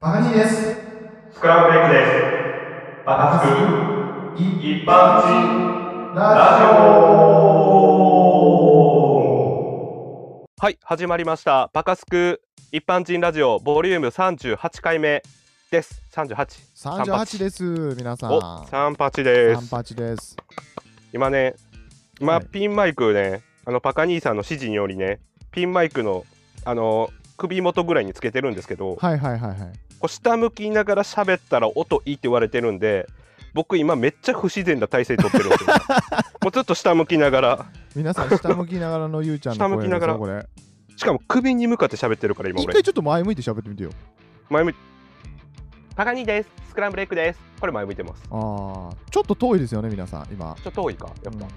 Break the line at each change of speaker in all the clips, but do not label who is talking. バカニーです。
スクランブレイクです。バカスク一般人ラジオ
はい、始まりました。バカスク一般人ラジオボリューム38回目です。38。
三十八です。皆さん。
お、38で
三
す。
八です。
今ね、今、
はい
ピンマイクね、あのパカ兄さんの指示によりね、ピンマイクのあの首元ぐらいにつけてるんですけど、
はいはいはいはい。
こう下向きながら喋ったら音いいって言われてるんで、僕今めっちゃ不自然な体勢取ってるんです よ。もうちょっと下向きながら、
皆さん下向きながらのゆうちゃんの声ですよ
下向きながら
これ。
しかも首に向かって喋ってるから今
一
俺
回。ちょっと前向いて喋ってみてよ。
前向いパカニーですスクランブレイクですこれ前向いてます
ああ、ちょっと遠いですよね皆さん今。
ちょっと遠いかやっぱ、
うん
ち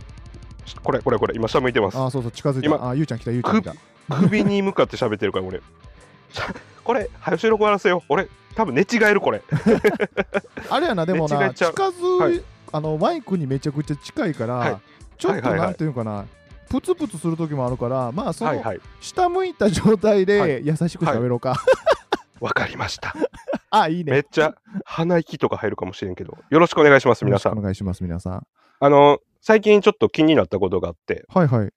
ょこれこれこれ今下向いてます
ああそうそう近づい
今
た。あーゆうちゃん来たゆうちゃん来た。
首に向かって喋ってるから俺 ちゃこれ早収録終わらせよう俺多分寝違えるこれ
あれやなでも
めっ
な
ちゃ
近
違う
づ、
はい
あのマイクにめちゃくちゃ近いから、
はい
ちょっ
はい
と
はいはい
なんていうのかな、プツプツする時もあるからまあそ
はい
の
はい
下向いた状態
は
で優しく喋ろうか。
わかりました
あいいね。
めっちゃ鼻息とか入るかもしれんけどよろしくお願いします皆さ
よろしくお
ん
願いします皆さん。
あの最近ちょっと気になったことがあって
はいはい。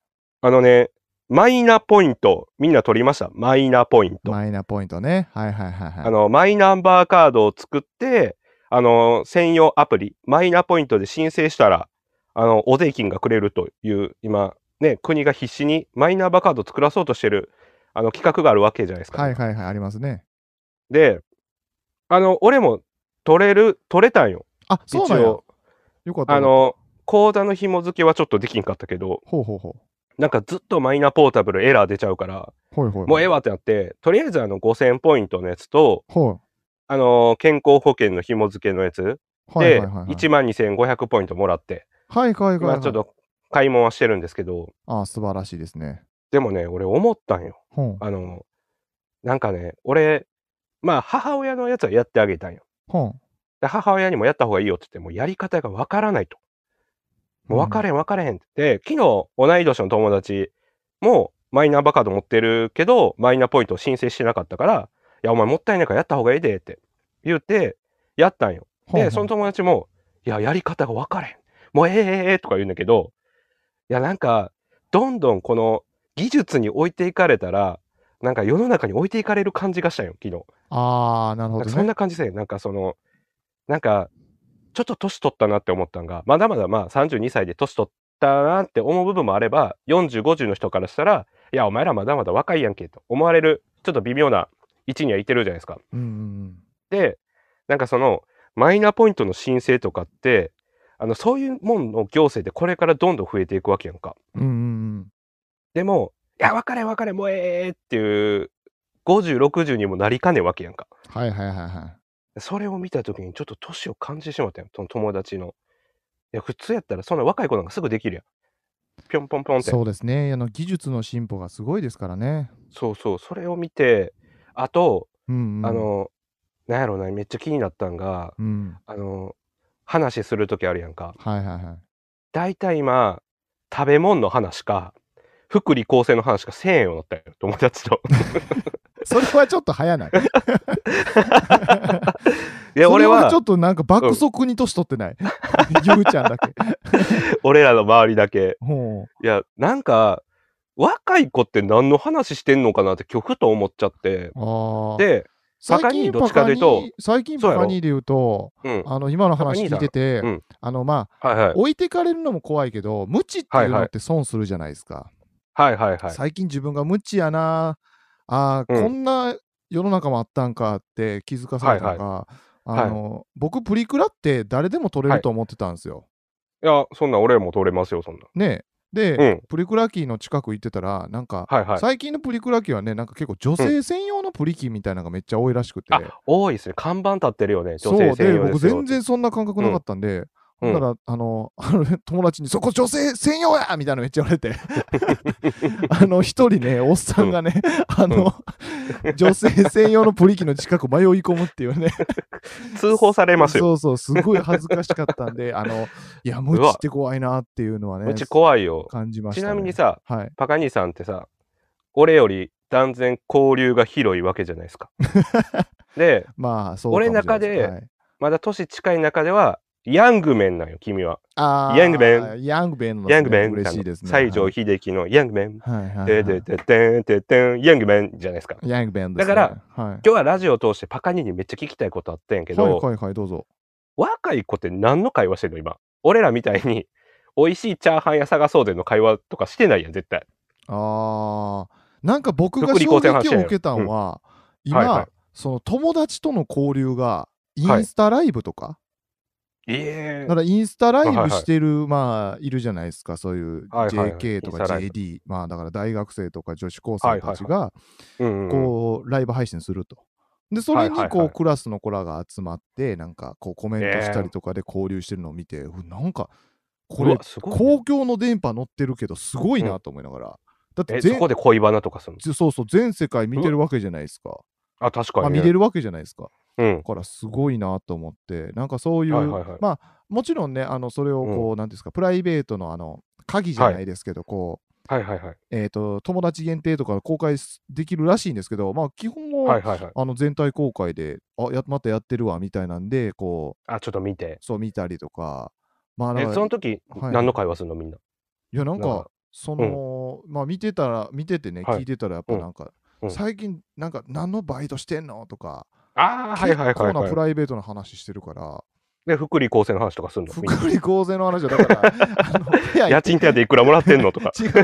あのねマイナポイントみんな取りましたマイナポイント
マイナポイントね。はいはいはいはい。
あの、マイナンバーカードを作って、あの、専用アプリ、マイナポイントで申請したら、あの、お税金がくれるという、今、ね、国が必死にマイナンバーカードを作らそうとしてる、あの、企画があるわけじゃないですか。
はいはいはい、ありますね。
で、あの、俺も取れる、取れたんよ。
あ、
一
そうなんや。
応、
よかった。
あ、の、口座の紐付けはちょっとできんかったけど、
ほうほうほ
なんかずっとマイナポータブルエラー出ちゃうから、
う。ほいほい。
もうええわってなって、とりあえずあの5000ポイントのやつと、
ほう。
あの、健康保険の紐付けのやつ、
はい
で、
はいはいはい。
1万2500ポイントもらって、
はいはいはいは
ま
い。
あちょっと買い物はしてるんですけど、
あ、素晴らしいですね。
でもね、俺思ったんよ。
ほう。
あの、なんかね、俺、まあ母親のやつはやってあげたんよ。
ほう。
で母親にもやった方がいいよって言って、もうやり方がわからないと。もう分かれへん分かれへんって言って、昨日同い年の友達もマイナンバーカード持ってるけど、マイナポイントを申請してなかったから、いや、お前もったいないからやった方がいいでって言って、やったんよ。
ほう。
で、その友達も、いや、やり方が分かれん。もうええええええとか言うんだけど、いや、なんか、どんどんこの技術に置いていかれたら、なんか世の中に置いていかれる感じがしたんよ、昨日。
あー、なる
な
ほ
んか
ど
そん
ね。
な感じで、なんかその、なんか、ちょっと年取ったなって思ったんが、まだまだまあ32歳で年取ったなって思う部分もあれば、40、50の人からしたら、いや、お前らまだまだ若いやんけと思われる、ちょっと微妙な位置にはいてるじゃないですか。
うんうん
で、なんかそのマイナポイントの申請とかって、あのそういうもんの行政でこれからどんどん増えていくわけやんか。
うん。うんうんうん。
でも、いや、分かれ分かれ、もうええっていう、50、60にもなりかねわけやんか。
はいはいはいは
それを見たときに、ちょっと年を感じてしまったやん、その友達の。いや、普通やったら、そんな若い子なんかすぐできるやん。ぴょんぽんぽん
い。
って。
そうですね。あの技術の進歩がすごいですからね。
そうそう、それを見て、あと、
うん、うん。
あ、の、なんやろうな、めっちゃ気になったんが、
うん。
あの、話するときあるやんか。
はいはいはい。
大体今食べ物の話か福利厚生の話か1000円をなったよ友 達と
それはちょっと早 ない。
いや俺
それ
は
ちょっとなんか爆速に年取ってない。ゆうちゃんだ け。
俺らの周りだけ
ほう。
いやなんか若い子って何の話してんのかなって今日ふと思っちゃって
ああ。
で
最
パカ
近
ニどっちかというと
パカニ最近
そう
パ
やろ
カニで言うと、
うん
あの今の話聞いてて、
パカニうん
あのまあ、
はいはい
置いてかれるのも怖いけど、無知っていう
はい
の
はい
って損するじゃないですか。
はいはいはい
最近自分が無知やな、あー、
うん
こんな世の中もあったんかって気づかされたのが、
い
あの僕、プリクラって誰でも撮れると思ってたんですよ。
いやそんな俺も取れますよそんな
ねで、
うん
プリクラ機の近く行ってたら、なんか、
はいはい
最近のプリクラ機はね、なんか結構女性専用のプリ機みたいなのがめっちゃ多いらしくて。
あ多いですね看板立ってるよね
そ
女
う
性
で
専用で
僕
すよ
全然そんな感覚なかったんで、
う
ほ
ん
んなら、あの、あのね友達に、そこ女性専用やみたいなのめっちゃ言われ て、あの、一人ね、おっさんがね、あの、女性専用のプリ機の近く迷い込むっていうね、
通報されますよ
そうそう、すごい恥ずかしかったんで、あの、いや、無知って怖いなっていうのはね
う、ち怖いよ
感じました、
ち
ね。
なみに、さ
はい。
パカ 兄さんってさ俺より断然交流が広いわけじゃないですかで、
まあ、そうかもしれないす
俺の中で
はい
まだ年近い中では、ヤングメンなんよ、君は。
あー
ヤングメ
ヤングベンの、
ヤングメン。
嬉しいですね。
西城秀樹のヤングメン。
はいはいはい
で
は
でででんででん、ヤングメンじゃないですか。
い、ヤングベンです、ね。
だから、
はい。
今日はラジオを通してパカニにめっちゃ聞きたいことあったんやけ
はい
ど、
はいはい、どうぞ。
若い子って何の会話してるの今。俺らみたいに、 美味しいチャーハン屋探そうでの会話とかしてないやん、絶対。
あーなんか僕が
特に
衝
高専
撃
発
を
信
受けたのは、今、
はいはい
その友達との交流がイ
はい
ンスタライブとか、
いえ
だからインスタライ
はいは
ブ
いはい
してる、まあいるじゃないですかそういう
はいはいはい
JK とか
インスタライ
JD まあだから大学生とか女子高生たち
は
が
うんうんうん
こうライブ配信すると。でそれに
はいはい
こ
は
う
い
クラスの子らが集まってなんかこうコメントしたりとかで交流してるのを見て、うなんかこ
う
れ
わすごいね
公共の電波乗ってるけどすごいなと思いながら、だって
え、そ
全
こで恋バナとかするの
ぜそうそう、全世界見てるわけじゃないですか。
あ、確
ま
か
あ、
に、ね。
見れるわけじゃないですか。
うん
だ。からすごいなと思って、なんかそういう、
はいはいはい
まあもちろんね、あのそれをこう、なんていうんですか、プライベートのあの鍵じゃないですけど、こう、
はいはいはい。
えー、と友達限定とか公開すできるらしいんですけど、まあ基本は、
はいはいはい。
あの全体公開で、あやまたやってるわみたいなんで、こう、
あ、ちょっと見て。
そう見たりとか、まあだ
え、
から
その時、
はい
何の会話するのみんな。
いや、なん
なん
か
か、
その、まあ見てたら、見ててね、
はい
聞いてたら、やっぱなんか、
うん
最近、なんか、何のバイトしてんのとか、
ああ、はいはいは
結
い、
構なプ
は
ライベートの話してるから、
い。で、福利厚生の話とかするのみんな
福利厚生の話はだ から、あのペア
家賃手当いくらもらってんの
。
とか
違う違う。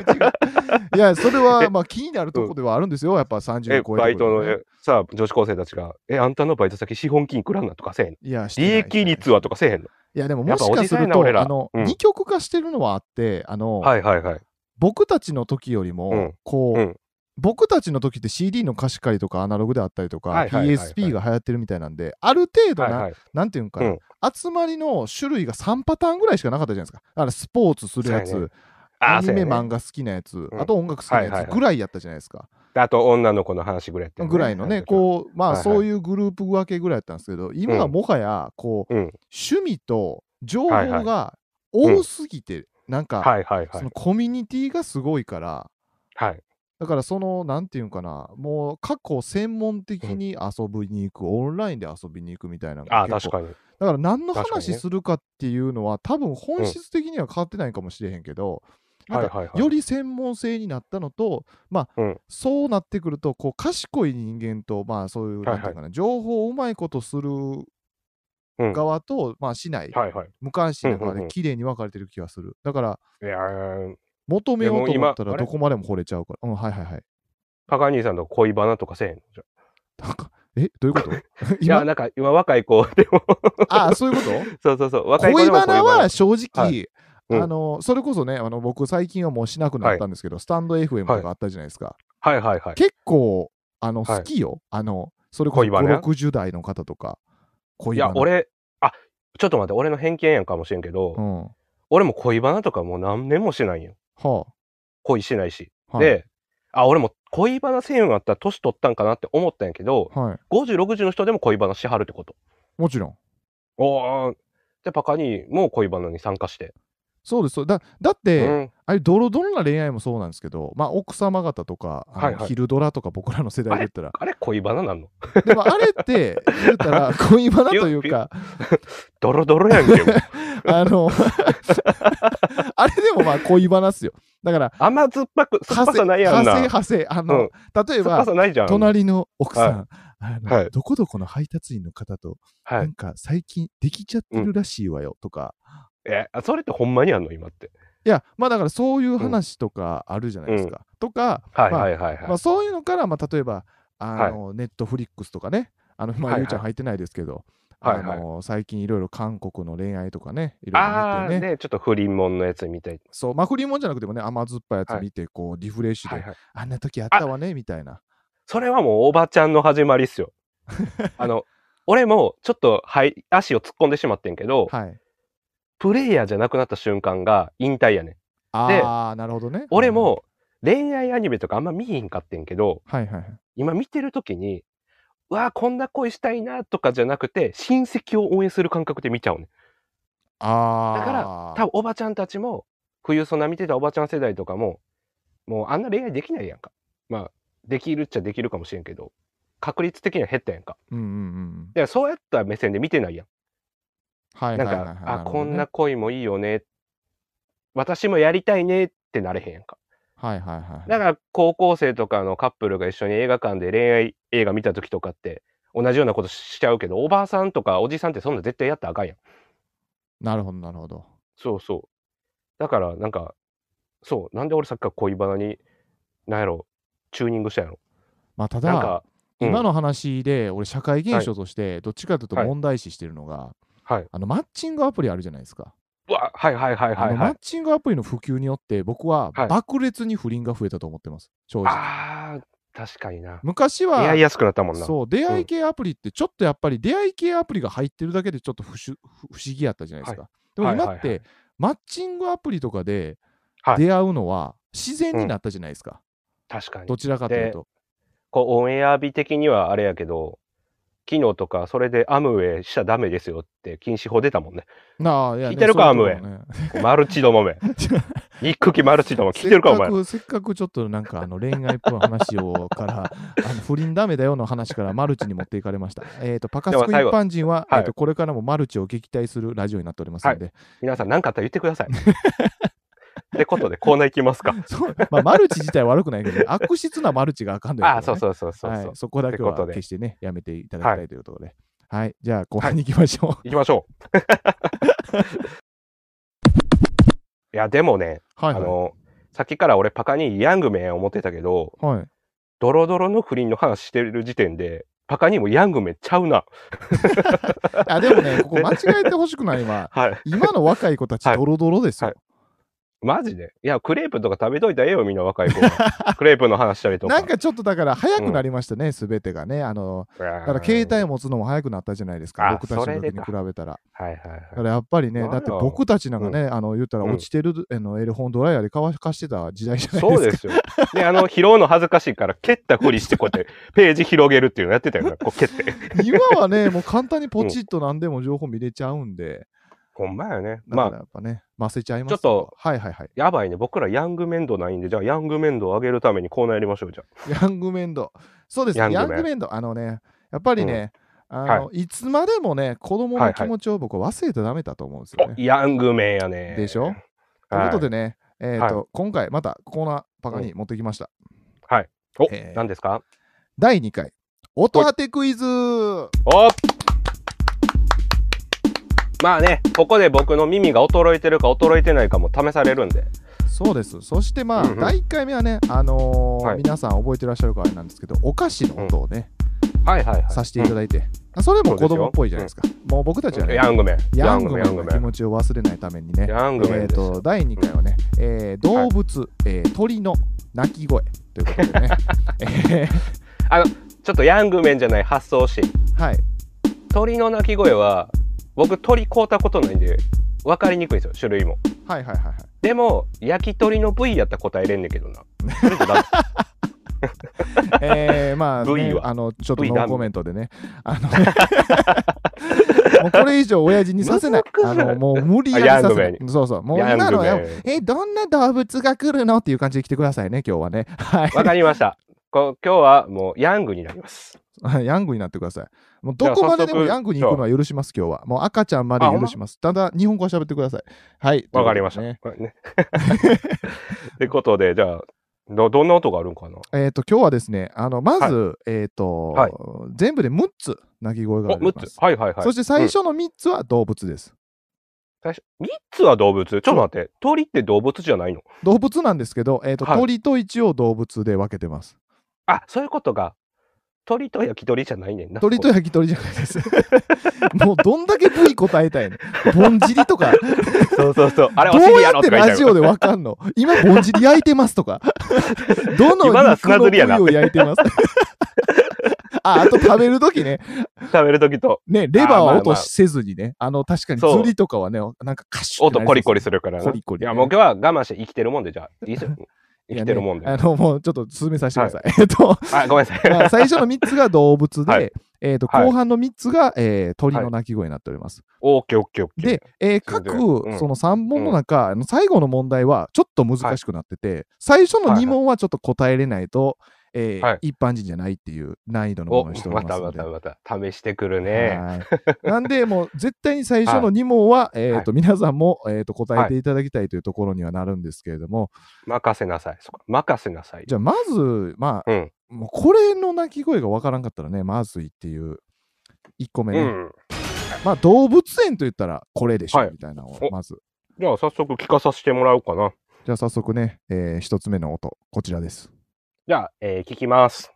いや、それは
え
まあ気になるとこではあるんですよ、やっぱ30
え、
を超えて
バイトの、
くるとね
えさあ、女子高生たちが、え、あんたのバイト先、資本金いくらなんとかせえへんの。
いや、してな
利
い
益率はとかせえへんの。
いや、でもも
やっぱ
しかす
おじさん
る
やな俺
と、
ら
あの、
うん
二極化してるのはあって、あの、
はいはいはい。
僕たちの時より
う
も
ん、
こう、
うん
僕たちの時って CD の貸し借りとかアナログであったりとか、
はいはいはいはい
PSP が流行ってるみたいなんで、ある程度
はい
な、
はい。
なんていうんかな、
うん
集まりの種類が3パターンぐらいしかなかったじゃないですか。だからスポーツするやつ、
そうやね
ア
あ
ニメ漫
漫
画好きなやつ、
ん
あと音楽好きな
はいは
や
い
つ
はい
ぐらいやったじゃないですか。
画。あと、女の子の話ぐらいやってん
ぐらいのね、
う。
こう、まあ
はいはい
そういうグループ分けぐらいやったんですけど、今はもはや、こう、
うん
趣味と情報
はいはい
が多すぎて、なんか、
はいはいは
そ
い
の。コミュニティがすごいから、
はい。
だからその、なんていうんかな、もう過去専門的に遊びに行く、オンラインで遊びに行くみたいなのが
ああ、
結構
確かに。
だから何の
確かに
話
ね
するかっていうのは、多分本質的には変わってないかもしれへんけど、
は
な
い
ん
は
か
いはい
より専門性になったのと、まあ
うん
そうなってくるとこう賢い人間と、まあ、そういう
はい
ない
は
んていうかな情報をうまいことする
うん。は
側と、まあ、しない、
いはい。
無関心な側
うんうんう
で
ん
綺麗に分かれてる気がするだから
いやー
求めようと
で
思
も今
ったら
あれ
どこまでも惚れちゃうから、うん、はいはいはい
パガニーさんの恋バナとかせえへんのじゃあ
なんかえどういうこと
いや、
今
なんか、今若い子でも、
あそういうこと
そうそうそう、若い子
恋
でも
バナは正直、
はいうん
あのそれこそねあの僕最近はもうしなくなったんですけど、スタンド FM とかあったじゃないですか、
はいはいはい。
結構あの
はい
好きよ、あのそれこそ
恋バナ
560代の方とか恋
い
バナ
や、俺、あちょっと待って、俺の偏見やんかもしれんけど、
うんは
俺も恋バナとかもう何年もしないんよ。
あ、は
恋しないし。
い、
で、あ、俺も恋バナせんようになったら年取ったんかなって思ったんやけど、
は
50、60の人でも恋バナしはるってこと。
い、もちろん
おー、で、パカにも恋バナに参加して。
そうですそうだだって、
うん
あれドロドロな恋愛もそうなんですけど、まあ、奥様方とかあの、
はいはい
昼ドラとか僕らの世代で言ったら
あれ恋バナなんの
でもあれって言ったら恋バナというか
ドロドロ やんけ。もう
あの あれでもまあ恋バナっすよだから
甘酸っぱく、酸っぱさないやんな。
派生
酸っ
派生あの、
うん
例え
ぱ
ば
さないじゃん。
隣の奥さん、あの
はい
どこどこの配達員の方と、
は
ないん。か最近できちゃってるらしいわよとか、
え、それってほんまにあんの今って。
いやまあだからそういう話とかあるじゃないですか、とか、
はい
まあ
はいはいはい。
まあ、そういうのから、まあ、例えばあの、ネットフリックスとかねあの、まあ
はいはい
ゆうちゃん入ってないですけど、
はいはい
あの最近いろいろ韓国の恋愛とかねいろいろ
あ
見て
ー、
ね
ね、ちょっと不倫もんのやつみたい。
そうまあ不倫もんじゃなくてもね甘酸っぱいやつ見てこうリフレッシュで、
はいはい。
あんな時あったわねみたいな
それはもうおばちゃんの始まりっす よ。あの、俺もちょっと、はい、足を突っ込んでしまってんけど、
はい
プレイヤーじゃなくなった瞬間が引退やねん。
ああなるほどね
俺も恋愛アニメとかあんま見ひんかってんけど、
はいはいはい
今見てる時に、うわあ、こんな恋したいなとかじゃなくて、親戚を応援する感覚で見ちゃうね。
ああ
だから多分おばちゃんたちも、冬ソナ見てたおばちゃん世代とかも、もうあんな恋愛できないやんか。まあ、できるっちゃできるかもしれんけど、確率的には減ったやんか。
うんうんうん。
でそうやった目線で見てないやん。
はいは
ないん
はい、はい。
か、
る
あ、
ほど
こ
ね
んな。恋もいいよね。私もやりたいねってなれへんやんか。
はいはいはい。
だから高校生とかのカップルが一緒に映画館で恋愛映画見た時とかって同じようなことしちゃうけどおばあさんとかおじさんってそんな絶対やったらあかんやん。
なるほどなるほど。
そうそう。だからなんかそうなんで俺さっきから恋バナになんやろチューニングしたんやろ。
まあた
なん
だ、
かうん
今の話で俺社会現象としてどっちかというと
はい
問題視してるのが、
はい
あのマッチングアプリあるじゃないですか。
うわはいはいはい
あ
は
の
いは
マ
い
ッ。チングアプリの普及によって僕は
はい
爆裂に不倫が増えたと思ってます。正直。
ああ確かにな。
昔
出
は
会いやすくなったもんな。
そう出会い系アプリってちょっとやっぱり出会い系アプリが入ってるだけでちょっと不思不思議やったじゃないですか。でも
はい
今っ
はい
てマッチングアプリとかで
はい
出会うのは自然になったじゃないですか。
確かに
ど。ちらかというと。
こうオンエア日的にはあれやけど昨日とかそれでアムウェイしちゃダメですよって禁止法出たもんね。
なあいや
聞いてるか
ねそういうことね
マルチどもめ。 ニックキマルチども聞いてるかお
せっ
前
か。くせっかくちょっとなんかあの恋愛っぽい話を からあの不倫ダメだよの話からマルチに持っていかれました。えっとパカスク一
でも最後
般人は、
はい
えーとこれからもマルチを撃退するラジオになっておりますので、
皆さん何かあったら言ってください。ってことでコーナー行 きますか。
そうまあ、マルチ自体悪くないけど悪質なマルチがあかんのよ、
ああ、そうそうそうそうそう、
はい、そこだけは
ってことで
決してねやめていただきたいということで。はい、じゃあ後半に行きましょう。
行きましょう。いや、でもね、
はい、
あ
はい
の、さっきから俺パカにヤングメンを持ってたけど、
はい。
ドロドロの不倫の話してる時点で、パカにもヤングメンちゃうな。
あでもね、ここ間違えてほしくない今。
はい。
今の若い子たち
はい
ドロドロですよ。
はマジでいや、クレープとか食べといたらええよ、みんな若い 子は。クレープの話したりとか。
なんかちょっとだから早くなりましたね、すべ、てがね。あの
だ
だから携帯持つのも早くなったじゃないです
あ
か、僕たち
それ
の時
で
に
か
比べたら。
はいはい
だ
は
か
い。
らやっぱりね、
なん
だ
や
って僕たちなんかね、あの言ったら
うん
落ちてる、あのエレフォンドライヤーで乾かしてた時代じゃないですか。
そうですよ。で、あの、拾うの恥ずかしいから、蹴ったふりして、こうやって、ページ広げるっていうのやってたよな、こう蹴って。
今はね、もう簡単にポチッと何でも情報見れちゃうんで、
ほんまや
だ
ね。
か
ま
ら
あ、
やっぱね、ませちゃいますよ
ちょっと
はいはいはい。
やばいね。僕らヤングメンドないんで、じゃあヤングメンドを上げるためにコーナーやりましょう、じゃ
ヤングメンド。そうですね、
ヤ
ヤ
ン
ン
グメン
グメンド。あのね、やっぱりね、あのい、つまでもね、子供
は
の
いは
気
い
持ちを僕は忘れてダメだと思うんです
あ
よ。ね。
おヤングメンやね。
でしょとい
は
う
い
ことでね、えっ、と、
は
今回またコーナーパカに持ってきました。
お
え、ー
何ですか
第2回、音当てクイズ
おまあね、ここで僕の耳が衰えてるか衰えてないかも試されるんで。
そうです。そしてまあ、
うんうん
第1回目はね、あのー
はい
皆さん覚えてらっしゃるかあれなんですけど、お菓子の音をね、
はいはいはい。
させていただいて、それも子供っぽいじゃないですか。もう僕たちは
うん
ね、
ヤングメン。
ヤングメ
ヤン
ンの
グメ
気
ン。
持ちを忘れないためにね、
ヤングメ
え
ン
っ
ですよ。
と、第2回はね、えー動物、えー鳥の鳴き声ということ でね、え
ちょっとヤングメンじゃない発想をして
ーはい。
鳥の鳴き声は僕鳥買うたことないんで分かりにくいんですよ種類も
はいはいはいはい。
でも焼き鳥の部位やったら答えれんねんけどなそれじゃダメ
え ー、まあ、
V
ね、
は
あの、ちょっと
V
ノーコメントでね。あの もうこれ以上親父にさせない。あ
難しい
の、もう無理やり
あヤン
さ
グ
せ
メ
な
ン
い。そうそう。もう
ヤン
今
グ
のは
メ
や、
ン
え、どんな動物が来るのっていう感じで来てくださいね、今日はね。はい。
分かりましたこ今日はもうヤングになります
ヤングになってください。もうどこまででも
じゃあ早速
ヤングに行くのは許します、今日は。もう赤ちゃんまで
あほん
許
ま
します。ただ、日本語は喋ってください。はい。
分かりました
という
ね ってことでじゃあどどんな音があるんかな
ことでねえっ、と、今日はですね、あの、まず、えっ、と、
はい
全部で6つ鳴き声が
お
あり
6
ます。
つはいはいはい
そして最初の3つは動物です。
最初3つは動物ちょっと待って鳥って動物じゃないの
動物なんですけど、えーと
はい
鳥と一応動物で分けてます。
あそういうことが鳥と焼き鳥じゃないねんな
鳥と焼き鳥じゃないです。 もうどんだけ部位答えたいのぼんじりとか、
そうそうそうあれ
ど
お
う
尻や
や
ろ
って
とか言っちゃ
ラ
う
ジオで分かんの今ぼんじり焼いてますと か、どの
今のは
肉
砂
の部
ずりやな
位を焼いてます ああと食べるときね
食べる時と
ね、レバー
あーまあ
は
まあ
音せずにね、あの確かに
そう
釣りとかはね、なんかカシッて
音
なりそう
コリコリするからな
コリコリ
いや、もう今日は我慢して生きてるもんで、じゃあ、いい ですよ。生きてるもん
い
で。
やねあのもうちょっと進めさせてください。えっと、
あ、ごめんなさ い。
まあ最初の3つが動物で、
はい
えーと
はい
後半の3つが、えー鳥の鳴き声になっております。
オッケーオッケーオッケー。
で、えー
それで
各
うん
その3本の中、あの最後の問題はちょっと難しくなってて、最初の
はいはい
2問はちょっと答えれないと、えー
はい
一般人じゃないっていう難易度の
お、
ものにしてお
ま
りま
た
すの
ま
で。
たまた、試してくるね。
はいなんで、もう絶対に最初の2問 は、えーと皆さんも、えー、と答えていただきたいというところにはなるんですけれども、
任せなさい。そっか任せなさい。
じゃあまず、まあ、
うん
もうこれの鳴き声がわからんかったらね、まずいっていう1個目ね、
うん。
まあ動物園と言ったらこれでしょ、
はい
みたいなのを
お
まず。
じゃあ、早速聞かさせてもらおうかな。
じゃあ早速ね、え1つ目の音、こちらです。
じゃあ、えー聞きます。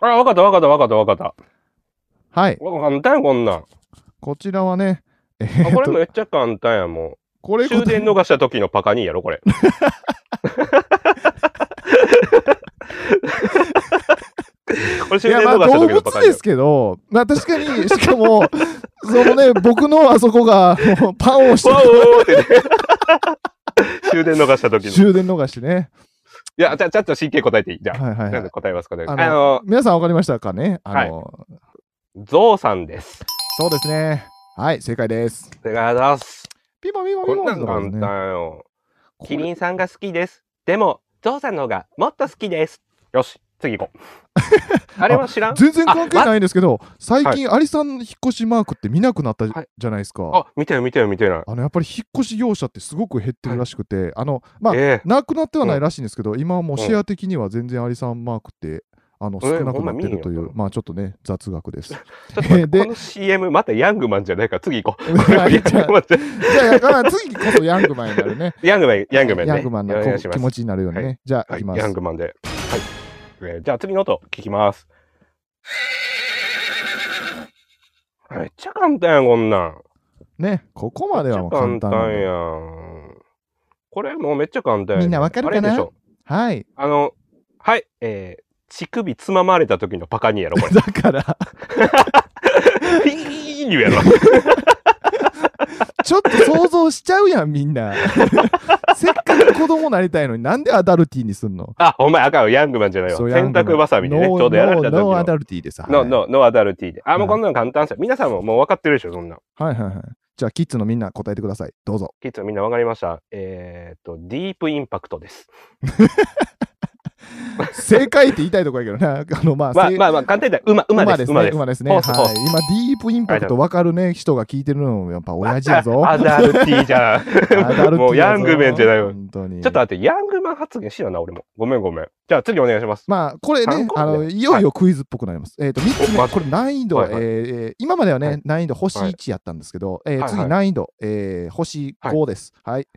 あ、わかったわかったわかったわかった。
はい、
わかったよ、こん なん。
こちらはね、え
あ
ー
これ
と
めっちゃ簡単や、も
こ
う。
れ
終電逃した時のパカニーやろ、これ。
いやまあ動物です。
これ終電逃した時のパカニーやろ
けど、まあ確かに、しか も、そのね、僕のあそこがもうパンをして
わおーってね。終電逃した時の。い
終電逃してね。
や、じゃあちゃんと真剣に答えていい。じゃあ、
はいはい、
な
は
んで
い。
答えます、答え
あ
ます。
の
あの、
皆さんわかりましたかねあの、
ゾウさんです。
そうですね。はい、正解です。
お願いします。
ピモピモピ
こん
モ
なん簡単よ。キリンさんが好きです。でも、ゾウさんの方がもっと好きです。よし、次行こ う。あれは知らん
全然関係ないんですけど、最近、アリさんの引っ越しマークって見なくなったじゃないですか。
あ、見てよ、見てよ、見てよ。
あのやっぱり引っ越し業者ってすごく減ってるらしくて、あのまあ、
ええ
なくなってはないらしいんですけど、今はもうシェア的には全然アリさんマークってあの
ええ
少なくなってるとい
ほんま見えん
う、
よ
まあちょっとね、雑学です。
ちょっと待っ
え
て
で
この CM またヤングマンじゃないから次行こう。
はいじゃ
ヤングマンじゃ
あじゃあだから次こそヤングマンになるね。
ヤングマン、ヤングマンね。
ヤングマン
お
な
願いしま
気
す
持。ちになるようにね。じゃあ、、
はいい
きま、
ヤ
す
ン。グマンで。はい。えーじゃあ次の音聞きます。めっちゃ簡単やん、こんなん。
ね、ここまではもう
め
簡
っち
単
ゃ簡
なん
単
で
やん。これもうめっちゃ簡単や
みんなわかるかな
あれでしょ
はい。
あの、はい、えー、乳首つままれた時のパカニやろ、これ。
だから、
ピーニュやろ。
ちょっと想像しちゃうやん、みんな。 せっかく子供なりたいのになんでアダルティーにすんの
あ、お前赤よ、ヤングマンじゃないよ。
そう
洗
ヤングマン
濯ばさみでね、ち
ノー
ょうどやられた時
ノーノーア
の。
ダルティーです。はい
ノー、ノー、ノーアダルティーで。あ、
は
もう
い
こんなの簡単さ。皆さんももう分かってるでしょ、そんなん。
はいはいはい。じゃあ、キッズのみんな答えてください。どうぞ。
キッズみんな分かりました。えー、っと、ディープインパクトです。
正解って言いたいところやけどな。 あの、まあ、
まあ
せい
まあまあ、簡単だ。馬、馬です。馬
ね。
です。
馬ですね。
ホ
は
ー
い
スホース。
今、ディープインパクト分かるね、人が聞いてるのもやっぱ親父やぞ。
あアダルティーじゃん。
アダルティーやぞ
もうヤングメンじゃないよ
本当に。
ちょっと待って、ヤングマン発言しような、俺も。ごめんごめん。じゃあ次お願いします。
まあ、これね
参、考
あ
にね
の、いよいよクイズっぽくなります。えっ、と、3つ
おマ
目、
ジ
これ難易度、
はいはい
えー今まではね、
はい
難易度星
はい
1やったんですけど、えー
はい
次難易度、えー星5です。はい。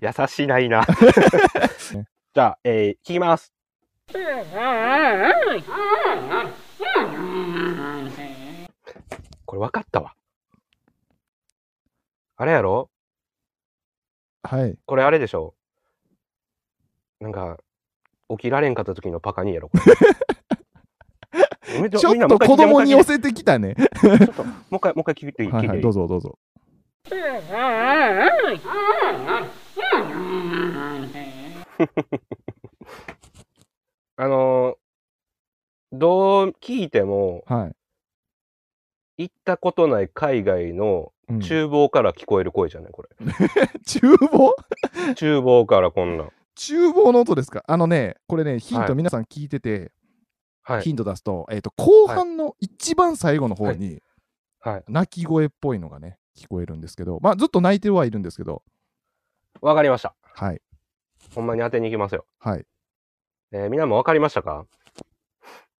優しな いな。じゃあ、えー、聞きます。これ分かったわ。あれやろ
はい。
これあれでしょなんか、起きられんかった時のパカニやろこ れ
ちょ
みんな
っ
もう
と
一
子
回
供に寄
聞
せてきたね。
いてちょっともう一回、もう一回聞いていい聞
は
いて
い
い
はいい、どうぞどうぞ。
あのーどう聞いても、
はい。
行ったことない海外の
うん、
厨房から聞こえる声じゃないこれ。
厨房
厨房からこんなん。
厨房の音ですかあのね、これね、ヒン
は
ト
い
皆さん聞いてて、
はい。
ヒント出すと、えっ、と、後半の一番最後の方に、
はい。
泣き声っぽいのがね、聞こえるんですけど、まあ、ずっと泣いてはいるんですけど、
わかりました。
はい。
ほんまに当てに行きますよ。
はい。
えー、みんなもわかりましたかじ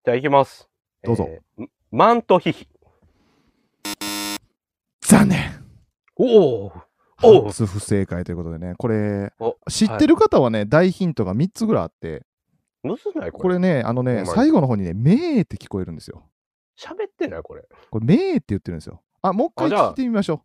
ゃあ行きます。
どうぞ
えー。マントヒヒ。
残念
おおおう
初不正解ということでね、これ
お、
知ってる方はね、大ヒントが3つぐらいあって、
むずないこ
こ
れ。
れね、あの
う
ね、
まい
最後の方にね、めーって聞こえるんですよ。
喋ってないこれ。
これ、めーって言ってるんですよ。あ、もう一回
あじゃあ
聞いてみましょ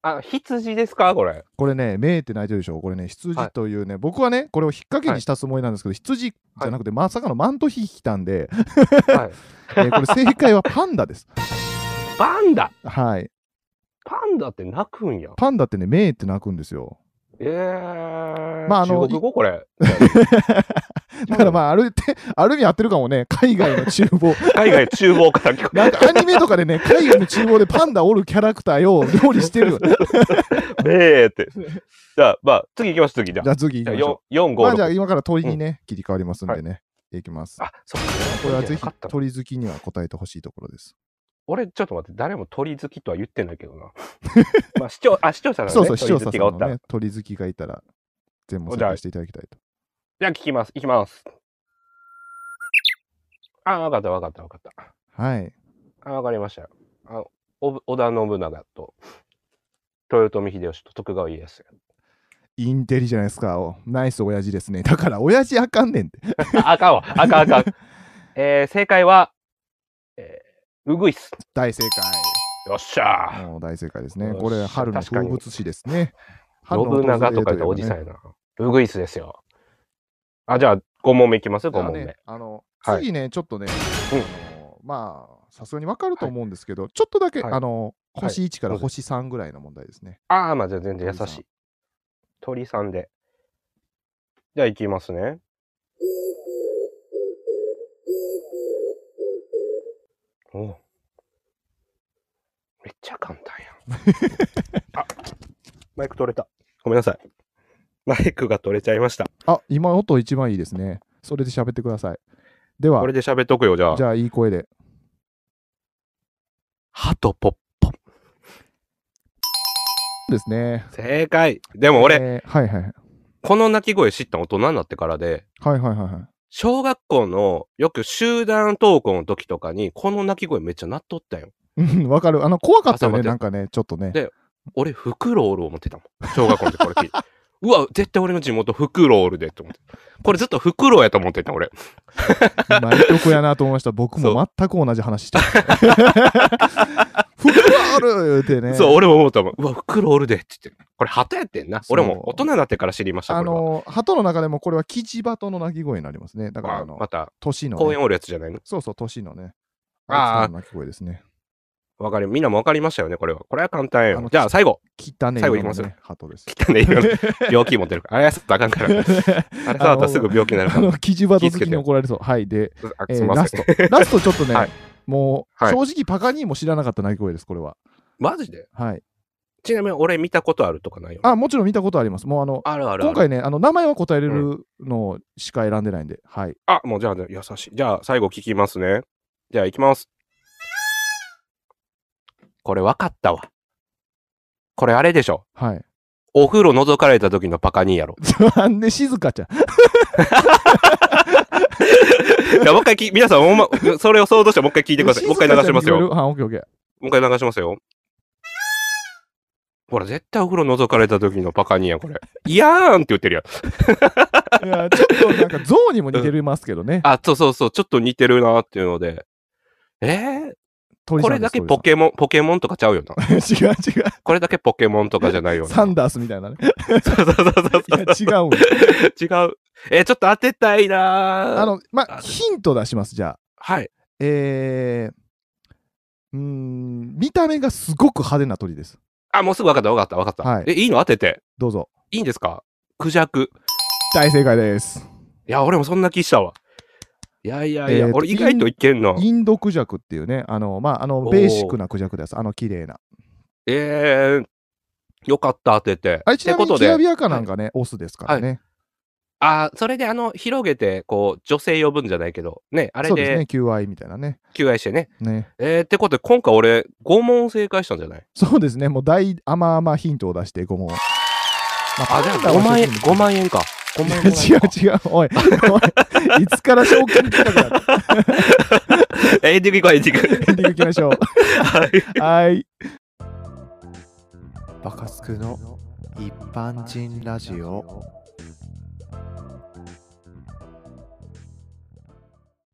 あ、羊ですかこ れ
う。。これね、めーって泣いてるでしょ。これね、羊
はい
というね、僕はね、これを引っ掛けにしたつもりなんですけど、羊じゃなくて、まさかのマントヒヒ来たんで、
は
え
い。
ーこれ正解はパンダです。
パンダ
はい。
パンダって泣くんや。
パンダってね、めーって泣くんですよ。
えー。
まああの
中国語これ。
だからまあ、あるって、ある意味合ってるかもね、海外の厨房。
海外厨房から聞こ
なん かアニメとかでね、海外の厨房でパンダおるキャラクター よ、料理してるよね。
えべーって。じゃあ、まあ、次行きます、次。じゃ
じゃ
あ、
あ次
じ
行
ゃあ
きましょ
よ4、
う。まあ
5、
じゃあ
6。
今から問いにね、切り替わりますんでね、いきます。
あ、そうか。
これはぜひ
なかった
鳥好きには答えてほしいところです。
俺、ちょっと待って、誰も鳥好きとは言ってないけ どな。まあ、視聴、あ、視聴者なん
そう
で、
そう、
ね、
視
鳥
聴者さ
好
ん
きがお
の
ったら。
ね、鳥好きがいたら、全問正解していただきたいと。
じゃあ、聞きます。行きます。あ、わかった、わかった、わかった。
はい。
あ、わかりましたよ。あお織田信長と、豊臣秀吉と徳川家康。
インテリじゃないですか。おナイス親父ですね。だから、親父あかんねんって。
ああかんわ、あかん、あかん。えー、正解は、えー、うぐいす。
大正
よっしゃ
解。もう大正解です
よ
ね。
し
これ、春の風物詩ですね。
ー。信長とか言ったらおじさんやな。うぐいすですよ。あ、じゃあ、5問目いきます ?5
だから
問目。
ね、あの、
はい
次ね、ちょっとね、
うん
あのまあ、さすがにわかると思うんですけど、ちょっとだけ、
はい
あの、星1から
どう
星3ぐらいの問題ですね。
ああ、まあじゃあ全然優
鳥
し
さん
い。鳥さんで。じゃあ行きますね。おうめっちゃ簡単やん。あマイク取れた。ごめんなさい。マイクが取れちゃいました。
あ、今音一番いいですね。それで喋ってください。では
これ、で喋っとくよ、じゃあ。
じゃあ、いい声で。
ハトポッポ。
ですね。
正解。でも俺、
えーはいはいはい。
この鳴き声知ったの大人になってからで、
はいはいはいはい。
小学校のよく集団登校の時とかに、この鳴き声めっちゃ鳴っとったよ。
うん、わかる。あの、怖かったよね、
朝
な
ま
んかね、ちょっとね
で。俺、フクロールを持ってたもん。小学校の時これ聞いて。 うわ、絶対俺の地元フクロールでって思って。これずっとフクロウやと思ってた俺。
今、いとこやなと思いました。僕
そ
も全く同じ話 してました。フクロールってね。
そう、俺も思ったもん。うわ、フクロールでって言って。これ鳩やってんな。
そう
俺も大人になってから知りました、こ
あ
れは。
の、鳩の中でもこれはキジバトの鳴き声になりますね。だから、あ
まあ
の
ま、た、
年のね、
公園おるやつじゃないの
そうそう、年のね。
あー
あいつらの鳴き声ですね。
わかる。みんなもわかりましたよね、これは。これは簡単
あ
よ
の。
じゃあ、最後。
汚ね
最後い
色
き
の
ます
ね、鳩 です。
汚ね、いろいろ病気持ってるから。あれやすったらあか んから。あれ触ったらすぐ病気になる
あ
から
の、キジバト好きに怒られそう。はい。で、。
あ
え
すい
ー
ま
ラ
せ
ス
ん。
ト。ラストちょっとね、
はい
もう、
はい
正直パカニーも知らなかった鳴き声です、これは。
マジで
はい。
ちなみに俺見たことあるとかないよ。
あ、もちろん見たことあります。もうあの、
あるあるあ
今
る。
回ね、あの名前は答えれるのしか選んでないんで、はい。
あ、もうじゃあ、優しい。じゃあ、最後聞きますね。じゃあ、行きます。これ分かったわ。これあれでしょ。
はい。
お風呂覗かれた時のパカニーやろ。
なんで静香ちゃん。
いや、もう一回き、皆さん、ほんま、それを想像してもう一回聞いてください。もう一回流しますよ。
静香ちゃん
も
に聞こえるあ、オッケーオッケー。
う一回流しますよ。ほら、絶対お風呂覗かれた時のパカニーやん、これ。いやーんって言ってるやん。
いや、ちょっとなんか象にも似てますけどね。
あ、そうそうそう、ちょっと似てるなーっていうので。えー、
鳥
こ
さん
れ
で
だ
す
けポ。ケモン、ポケモンとかちゃうよ な。
鳥さん違う違
これだけポケモンとかじゃないよ
う。
な。
サンダースみたいなね。
そうそうそうそう
いや、違うんよ。
違う。えーちょっと当てたいなー
あの、ま
あ
あ、ヒント出します、じゃあ。
はい。
えー、うーん、見た目がすごく派手な鳥です。
あ、もうすぐ分かった、分かった、分かった。
はい
え、いいの当てて。
どうぞ。
いいんですかクジャク。
大正解です。
いや、俺もそんな気したわ。いやいやいや、
えーと
俺意外といけんの。
インドクジャクっていうね、あの、まあ、あの、
おー
ベーシックなクジャクです。あの、綺麗な。
えー、よかった、当てて。
あれちなみ
ってこ
に
と
き
で
らびやかなんかね、オスですからね。
あーそれであの、広げて、こう、女性呼ぶんじゃないけど、ね、あれ
そうですね
で、
求愛みたいなね。
求愛してね。
ね。
えー、ってことで、今回俺、5問正解したんじゃない
そうですね、もう大甘々ヒントを出して5問。ま
あ、じゃあ5万円、5万円か。5万円もらえ
違
るか。
う 違う、おい、おい、いつから賞金来たかな
えー、エンディング行こう、エンディング。
エンディングいきましょう。 は
はい。
い。
バカスクの一般人ラジオ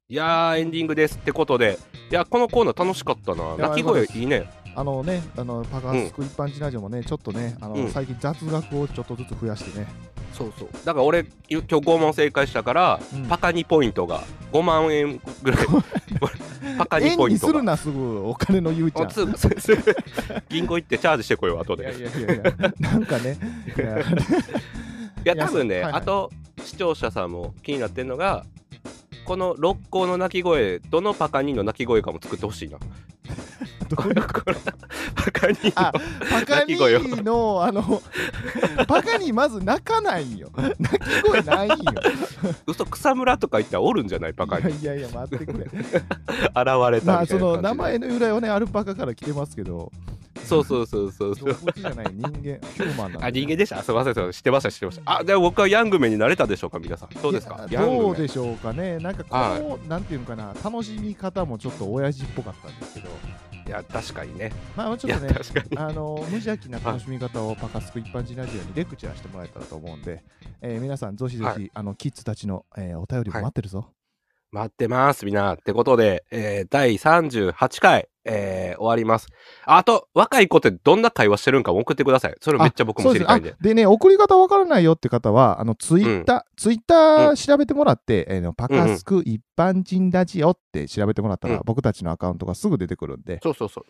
いやーエンディングですってことでいやこのコーナー楽しかったない
や
鳴き声いいね
あのね、あの、パカスク一般人ラジオもね、ちょっとね、あの、
うん
最近雑学をちょっとずつ増やしてね。
そうそうだから俺今日5問正解したから、
うん
パカ2ポイントが5万円ぐ らいパカ2
演
ポイ
技
ン
す
ト
る
が
な、すぐ、お金のゆうちゃん。
すぐすぐすぐ 銀行行ってチャージしてこよう後
い
で
やいやいやいや、なんかね、いや
いや
いや
多分ね、
はいはい
あと視聴者さんも気になってんのが、この六甲の鳴き声、どのパカニーの鳴き声かも作って ほしいな。
どう
こ
い
れ
う
パカニー
あ
の。
パカニ
鳴き声を
ーのあのパカニーまず泣かないんよ泣き声ないんよ
嘘草むらとか言ったらおるんじゃないパカに現
いやいやいや待ってくれ
れたみたいな感じで、
まあその名前の由来はねアルパカから来てますけど
そうそうそうそうそ
動
う
物じゃない人間ヒューマンなんで
あ人間でしたあすみませんすみません知ってました知ってましたあでも僕はヤングメンになれたでしょうか皆さんどうですか
いや
ヤン
ど
グ
う
メン
でしょうかねなんかこの、なんていうのかな楽しみ方もちょっと親父っぽかったんですけど
いや確かにね
まあち
い
ょっと
や
ね
確かに
あ の無邪気な楽しみ方をパカスク一般人ラジオにレクチャーしてもらえたらと思うんで、えー皆さんぜひぜひ、
は
あのキッズたちの、えーお便りも待ってるぞ、
待ってますみんなってことで、えー、第38回、えー、終わりますあと若い子ってどんな会話してるんかも送ってくださいそれめっちゃ僕も知りたいんで
そうですあでね、送り方わからないよって方は、あのツイッター、ツイッター調べてもらって、えーのパカスク一般人ラジオって調べてもらったら、
うん
僕たちのアカウントがすぐ出てくるんで、
そうそうそう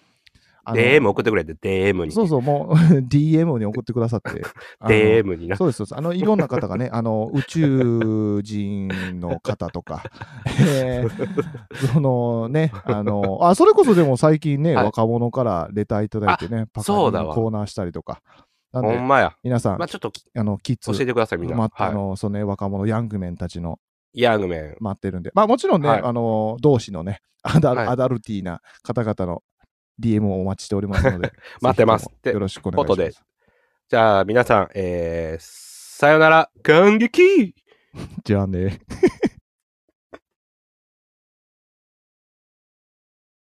あの
DM 送ってくれって DM に
そうそう、もう DM に送ってくださ って。あの
DM にな
そうですそうですあのいろんな方がねあの宇宙人の方とか、 えーそのねあのあそれこそでも最近ね、
はい
若者からレターいただいてねパカニ
そうだ
の
わ
コーナーしたりとかなん
ほ
で
んまや
皆さん、
まあちょっとき
あのキッズ
教えてくださいみんな、
まあ
は
のそのね若者ヤングメンたちの
い、ヤングメン
待ってるんでまあもちろんね、
はい
あの同志のねアダ,、
はい
アダルティーな方々の DM をお待ちしておりますので
待ってます
ぜひともよろしくお願いし
ってこと
ま
ですじゃあ皆さん、えー、さよなら感激
じゃあね